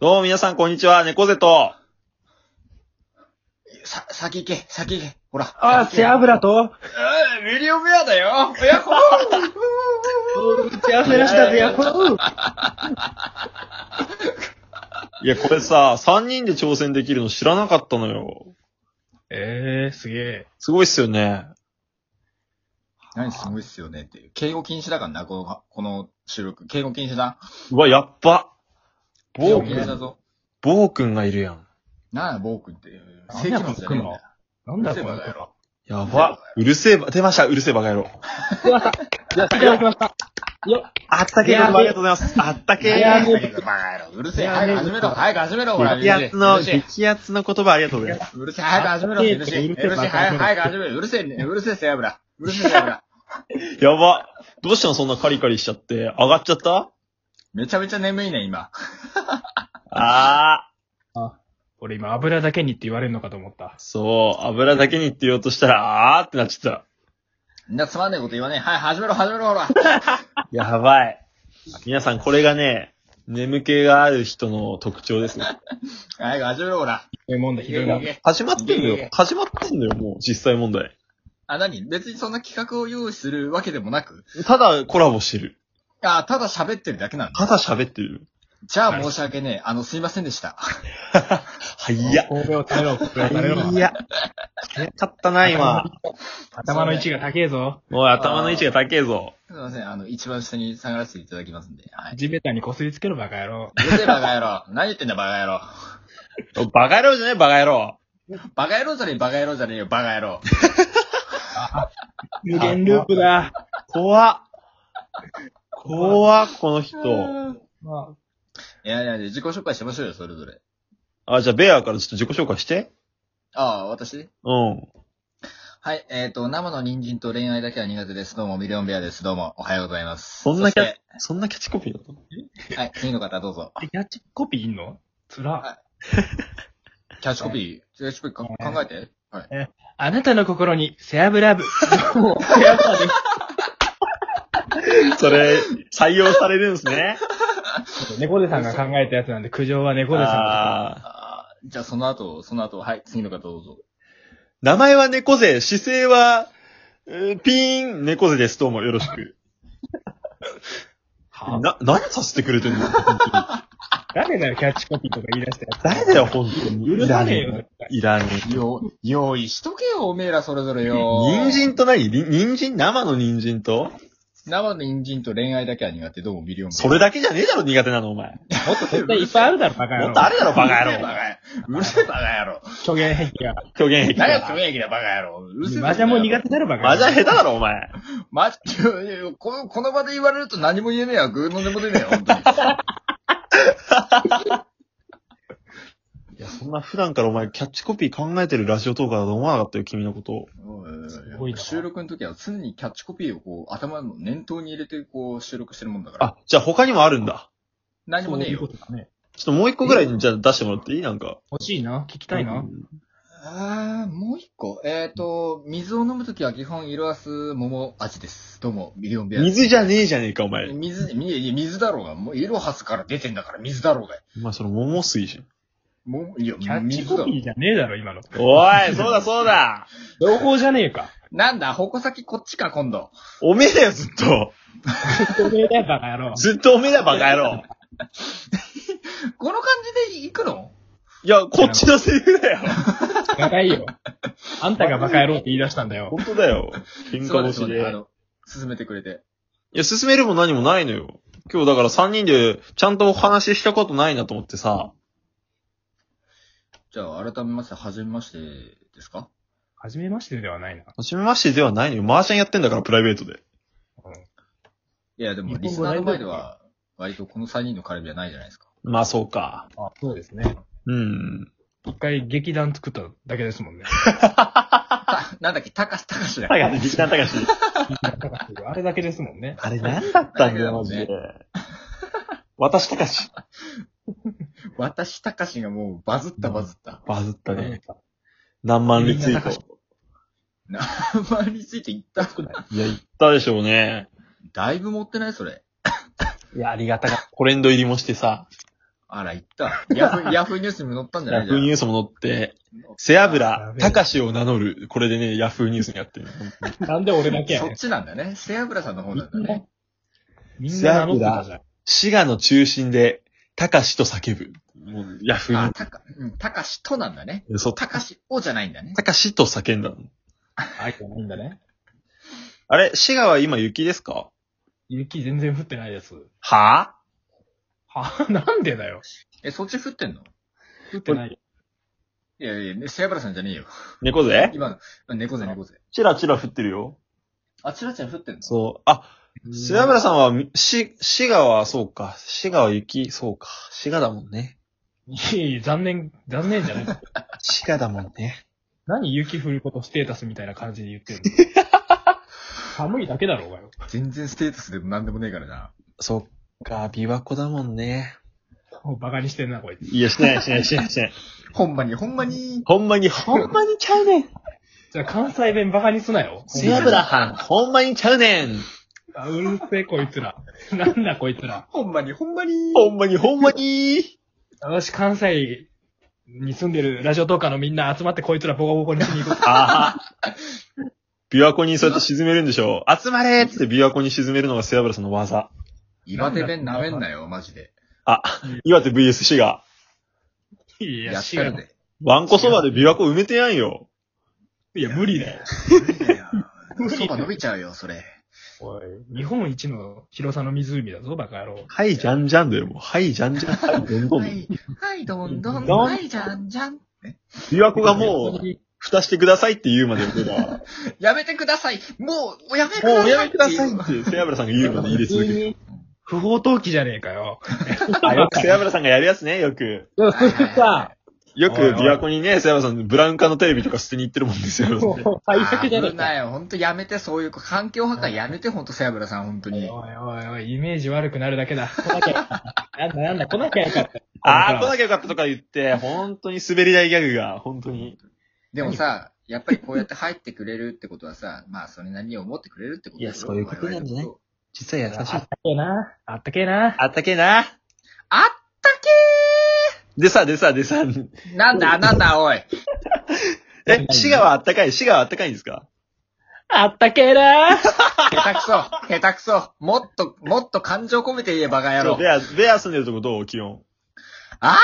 どうも皆さん、こんにちは。猫背と。さ、先行け、先行け、ほら。あ、先背行脂と、け。ミリオメアだよ親子幸せなしだぜ、やっほいや、これさ、3人で挑戦できるの知らなかったのよ。ええー、すげえ。すごいっすよね。何すごいっすよねっていう。敬語禁止だからな、この、この収録。敬語禁止だ。うわ、やっば。敬ボー語禁く止ん、だぞ。ボーくんがいるやん。なあ、ボー君って。なん正だ規のじゃねえんだボーよ。なんだうるせえこわのだよ。やば。うるせえば、出ました。うるせえばがやろう。出ました。いや、いただきました。よ、あったけえいや言葉ありがとうございます。あったけいえや早く早くバカ野郎うるせえ、早く始めろ、早く始めろ、ほら。うる激せアえツの、うるせえ激アツの言葉ありがとうございます。うるせえ、早く始めろ、うるせえ、うるせえ、早く早く始めろ、うるせえ、うるせえ、セアブラ。うるせえ、セアブラ。やば。どうしたのそんなカリカリしちゃって。上がっちゃった めちゃめちゃ眠いね、今。あ俺今油だけにって言われるのかと思ったー。。そう、油だけにって言おうとしたら、あーってなっちゃっみんなつまんねえこと言わねえ。はい、始めろ、始めろ、ほら。た。やばい。皆さん、これがね、眠気がある人の特徴ですね。早く始めろ、ほら。そういうもんだ、いひけどいいもけいんだ。け始まってんのいやいやいよや。始まってんのよ、もう、実際問題。あ、何別にそんな企画を用意するわけでもなく。ただコラボしてる。あ、ただ喋ってるだけなんだ。ただ喋ってる。じゃあ申し訳ねえ。あの、すいませんでした。はいや。神戸を食べろ、神戸を食べろ。いや。早かったな、今。頭の位置が高えぞ。もう頭の位置が高えぞ。すいません。あの、一番下に下がらせていただきますんで。はい。地べたにこすりつけろ、バカ野郎。うるせえバカ野郎。 何言ってんだバカ野郎。バカ野郎じゃねえ、バカ野郎。バカ野郎じゃねえ、バカ野郎じゃねえよ、バカ野郎。無限ループだ。怖っ。怖っ、この人。まあいやいや、自己紹介しましょうよ、それぞれ。あ、じゃあ、ベアからちょっと自己紹介して。ああ、私うん。はい、えっ、ー、と、生の人参と恋愛だけは苦手です。どうも、ミリオンベアです。どうも、おはようございます。そんなキそャしてそんなキャッチコピーだったのはい、次の方どうぞ。えキャッチコピーいんのつら。キャッチコピー、キャッチコピーか考えて。はい。あなたの心にセアブラブ。どうも、セアブラでそれ、採用されるんですね。す。 猫背さんが考えたやつなんで、苦情は猫背さあーあーじゃあ、その後、その後、はい、次の方どうぞ。名前は猫背、姿勢は、えーピーン、猫背です。どうもよろしく。 んで。な、何させてくれてんの本当に誰だよ、キャッチコピーとか言い出したやつ。誰だよ、本当に。許さねえよいらねえいらねえ。よ、用意しとけよ、おめえらそれぞれよ。人参と何り人参生の人参と生の人参と恋愛だけは苦手、どうもミリオン。それだけじゃねえだろ、苦手なの、お前。もっと絶対いっぱいあるだろ、バカ野もっ郎と。あるだろ、バカうるせ野えバ郎。カ野郎。うるせえバカ野郎。虚言癖が。虚言癖何やだってもな。ええきだ、バカ野郎。うるせえマジャも苦手だろ、バカ野郎。マジャ下手だろ、お前。マジ、いやいやいやこの、この場で言われると何も言えねえわ。グーの根も出ねえよ、本当に。いや、そんな普段からお前、キャッチコピー考えてるラジオトーカーだと思わなかったよ、君のこと。すごいな収録の時は常にキャッチコピーをこう、頭の念頭に入れてこう、収録してるもんだから。あ、じゃあ他にもあるんだ。何もねえそういよ。うことだねちょっともう一個ぐらい、じゃあ出してもらっていいなんか。欲しいな聞きたいな、あー、もう一個。えっ、ー、と、水を飲むときは基本色あす桃味です。どうも、ミリオンベアです。水じゃねえじゃねえか、お前。水、みいや水だろうが、もう、色はすから出てんだから水だろうが。お前、その桃水じゃん。もう、いや、キャッチ水だコろピーじゃねえだろ、今の。おい、そうだそうだ。情報じゃねえ か。なんだ、矛先こっちか、今度。おめえだよ、ずっと。おめえだよ、バカ野郎。ずっとおめえだよ、バカ野郎。この感じで行くのいや、こっちのセリフだよ。長いよ。あんたがバカ野郎って言い出したんだよ。本当だよ。喧嘩す腰いませんすいませんあで。の、進めてくれて。いや、進めるも何もないのよ。今日だから3人で、ちゃんとお話ししたことないなと思ってさ。じゃあ、改めまして、はじめましてですかはじめましてではないな。初めましてではないのよ。麻雀やってんだから、プライベートで。いや、でも、リスナーの前では、割とこの3人の絡みはないじゃないですか。まあ、そうか。あ、そうですね。うん。一回劇団作っただけです もんね。た、なんだっけ、たかし、たかしだたよ。かし、実弾たかし。あれだけですもんね。あれ何だったんだよ、ママジジでで。私たかし。私、たかしがもう、バズった、バズった。バズったね。何万リツイート。な、あんまりついて言ったくない。いや、言ったでしょうね。だいぶ持ってないそれ。いや、ありがたかった。トレンド入りもしてさ。あら、言った。ヤフー、ヤフーニュースにも載ったんじゃなヤいフーニューースも載って、背や脂べ、えたかしを名乗る。これでね、ヤフーニュースにやってる。なんで俺だけやそねっん。ちなんだね。背脂さんの方なんだね。みんな名乗ってたじゃん。滋賀の中心で、たかしと叫ぶ。もうヤフーニュあー、たか、うん、たかしとなんだね。ス。そう、たたかしおじゃないんだね。たかしと叫んだの。愛じゃないんだね。あれ、滋賀は今雪ですか雪全然降ってないです。ははなんでだよ。え、そっち降ってんの降ってないよ。いやいやね、背脂さんじゃねえよ。ぁ猫背今の、猫背猫背。チラチラ降ってるよ。あ、ちらちら降ってんのそう。あ、白村さんは、し、滋賀はそうか。滋賀は雪、そうか。滋賀だもんね。いやいや、残念、残念じゃない。 滋賀だもんね。何雪降ることステータスみたいな感じで言ってる の寒いだけだろうがよ。全然ステータスでもなんでもねえからな。そっか、琵琶湖だもんね。バカにしてんな、こいつ。いや、しない、しない、しない、 しない。ほんまに、ほんまに。ほんまに、ほんまにちゃうねん。じゃあ関西弁バカにすなよ。背脂はん、ほんまにちゃうねん。あうるせえ、こいつら。なんだ、こいつら。ほんまに、ほんまに。ほんまに、ほんまに。私、関西に住んでるラジオトーカーのみんな集まってこいつらボコボコにしに行く。ああ。琵琶湖にそうやって沈めるんでしょう。集まれーっつって琵琶湖に沈めるのが背脂さんの技。岩手弁舐めんなよ、マジで。あ、岩手 VS 滋賀。 いやや、ったる違う。で。ワンコそばで琵琶湖埋めてやんよ。いや、無理だよ。無理だよそば伸びちゃうよ、それ。おい、日本一の広さの湖だぞ、バカ野郎。はい、じゃんじゃんだよ、もう。はい、じゃんじゃん。はい、どんどん。は琵い、はい、どんどん、どんはい、じゃんじゃん。琶湖がもう、蓋してくださいって言うまで俺は、やめてくださいもう、おやめくださいもうやめてくださいってって、背脂さんが言うまで入れ続ける。不法投棄じゃねえかよ。 あ、よく背脂さんがやるやつね、よく。でもそれさ、よく、琵琶湖にね、背脂さん、ブラウン管のテレビとか捨てに行ってるもんですよ。最危ないよ、ほんとやめて、そういう、環境破壊やめて、ほんと、背脂さん、ほんとおいに。おいおい、イメージ悪くなるだけだ。来なきゃ。なんだなんだ、来なきゃよかった。あー、来なきゃよかったとか言って、本当に滑り台ギャグが、本当に。でもさ、やっぱりこうやって入ってくれるってことはさ、まあ、それなりに思ってくれるってことだよいやそういうことなんじゃない我々のこ実は優しい。あったけえな。あったけえな。あったけえな。とあったでさ、でさ、でさ、けーなんだ、なんだ、おい。え、滋賀はあったかい滋賀はあったかいんですかあったけえな。下手くそ、下手くそ。もっと、もっと感情込めて言え、バカ野郎。ベア、ベア住んでるとこどう気温。あ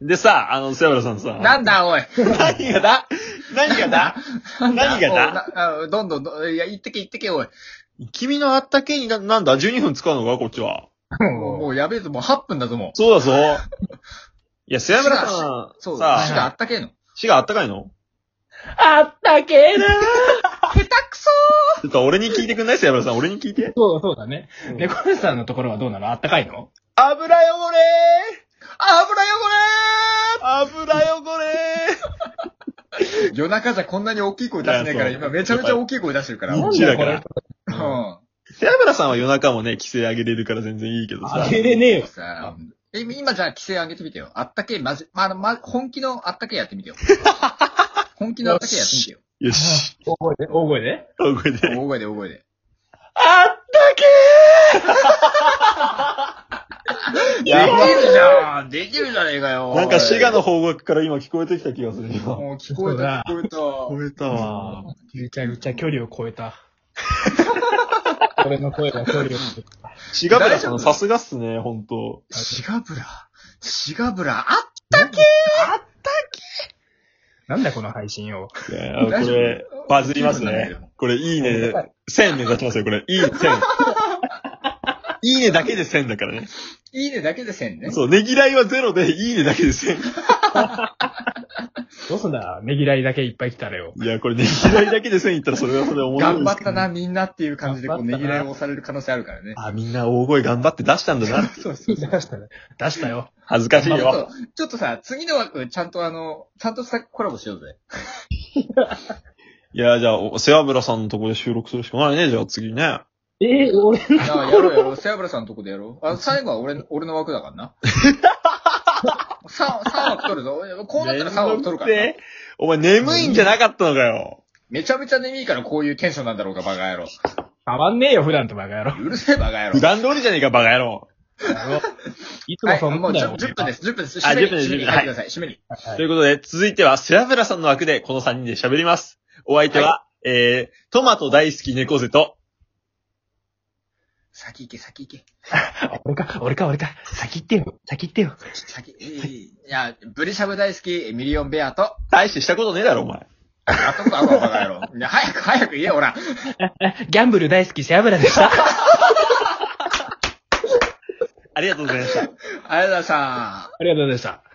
でさ、あの、セオラさんさ。なんだ、おい。何がだ何がだなん何がだおうなあどんどんどん、いや、行ってけ、行ってけ、おい。君のあったけにな、なんだ ?12 分使うのかこっちは。もう、もうやべえぞ、もう8分だぞ、もう。そうだぞ。いや、セアブラさん、そう、さ死がああ、ったけえの。死があったかいのあったけえな。下手くそちょっと俺に聞いてくんないセアブラさん、俺に聞いて。そう、そうだね。うん猫背さんのところはどうなのあったかいの油汚れー油汚れ油汚れー夜中じゃこんなに大きい声出せないから、いやそう今めちゃめちゃ大きい声出してるから。ううんん。日だからなんだこセアブラさんは夜中もね、規制上げれるから全然いいけどれさあ。げれねえよ。さあ、え、今じゃあ規制上げてみてよ。あったけえ、まじ、ま、ま、本気のあったけえやって みてよ。本気のあったけえやってみてよ。よし。大声で大声で大声で。大声で大声で。あったけできるじゃんできるじゃねえかよ。なんか滋賀の方角から今聞こえてきた気がするよ。もう聞こえた、聞こええたわ。えぐちゃぐちゃ距離を超えた。俺の声が距離を超えた。滋賀村さん、さすがっすね、ほんと。た。しがぶら。しがぶら。あ なんだこの配信を。いやーこれ、バズりますね。これ、いいね、1000ね出しますよ、これ。いいね、1000。いいねだけで1000だからね。いいねだけでせんね。そう、ねぎらいはゼロで、いいねだけで1000。どうすんだねぎらいだけいっぱい来たらよ。いや、これ、ねぎらいだけで1000いったら、それはそれ面白いです頑張っけどた。な、みんなっていう感じで、こう、頑張ねったなぎらいを押される可能性あるからね。あ、みんな大声頑張って出したんだな。そうそ出うそう。したね。出したよ。恥ずかしいちょっよ。と、ちょっとさ、次の枠、ちゃんとあの、ちゃんとしたコラボしよ うぜ。いや、じゃあ、お世話村さんのとこで収録するしかないね、じゃあ次ね。えー、俺じゃあ、やろうやろう。背脂さんのとこでやろ う。あ、最後は俺の、俺の枠だからな。3、3枠取るぞ。 こうなったら3枠取るからな。お前眠いんじゃなかったのかよ。めちゃめちゃ眠いからこういうテンションなんだろうか、バカ野郎。 変わんねえよ、普段とバカ野郎。うるせえ、バカ野普郎。段通りじゃねえか、バカ野郎。いつはもい、そう思もううんだじゅよ。 10分です、10分です。あ締めに、 10分です締10分めに入ってください、締めに。はい。ということで、続いては、フラフラさんの枠でこの3人で喋ります。お相手は、えー、トマト大好き猫背と、先行け、先行け。あ俺か、俺か、俺か。先行ってよ。先行ってよ。先、えーいや、ブリシャブ大好き、エミリオンベアと、大してしたことねえだろ、お前。あとことあるバカ野郎。ね早く、早く言えよ、ほら。ギャンブル大好き、背脂で した。ありがとうございました。ありがとうございました。ありがとうございました。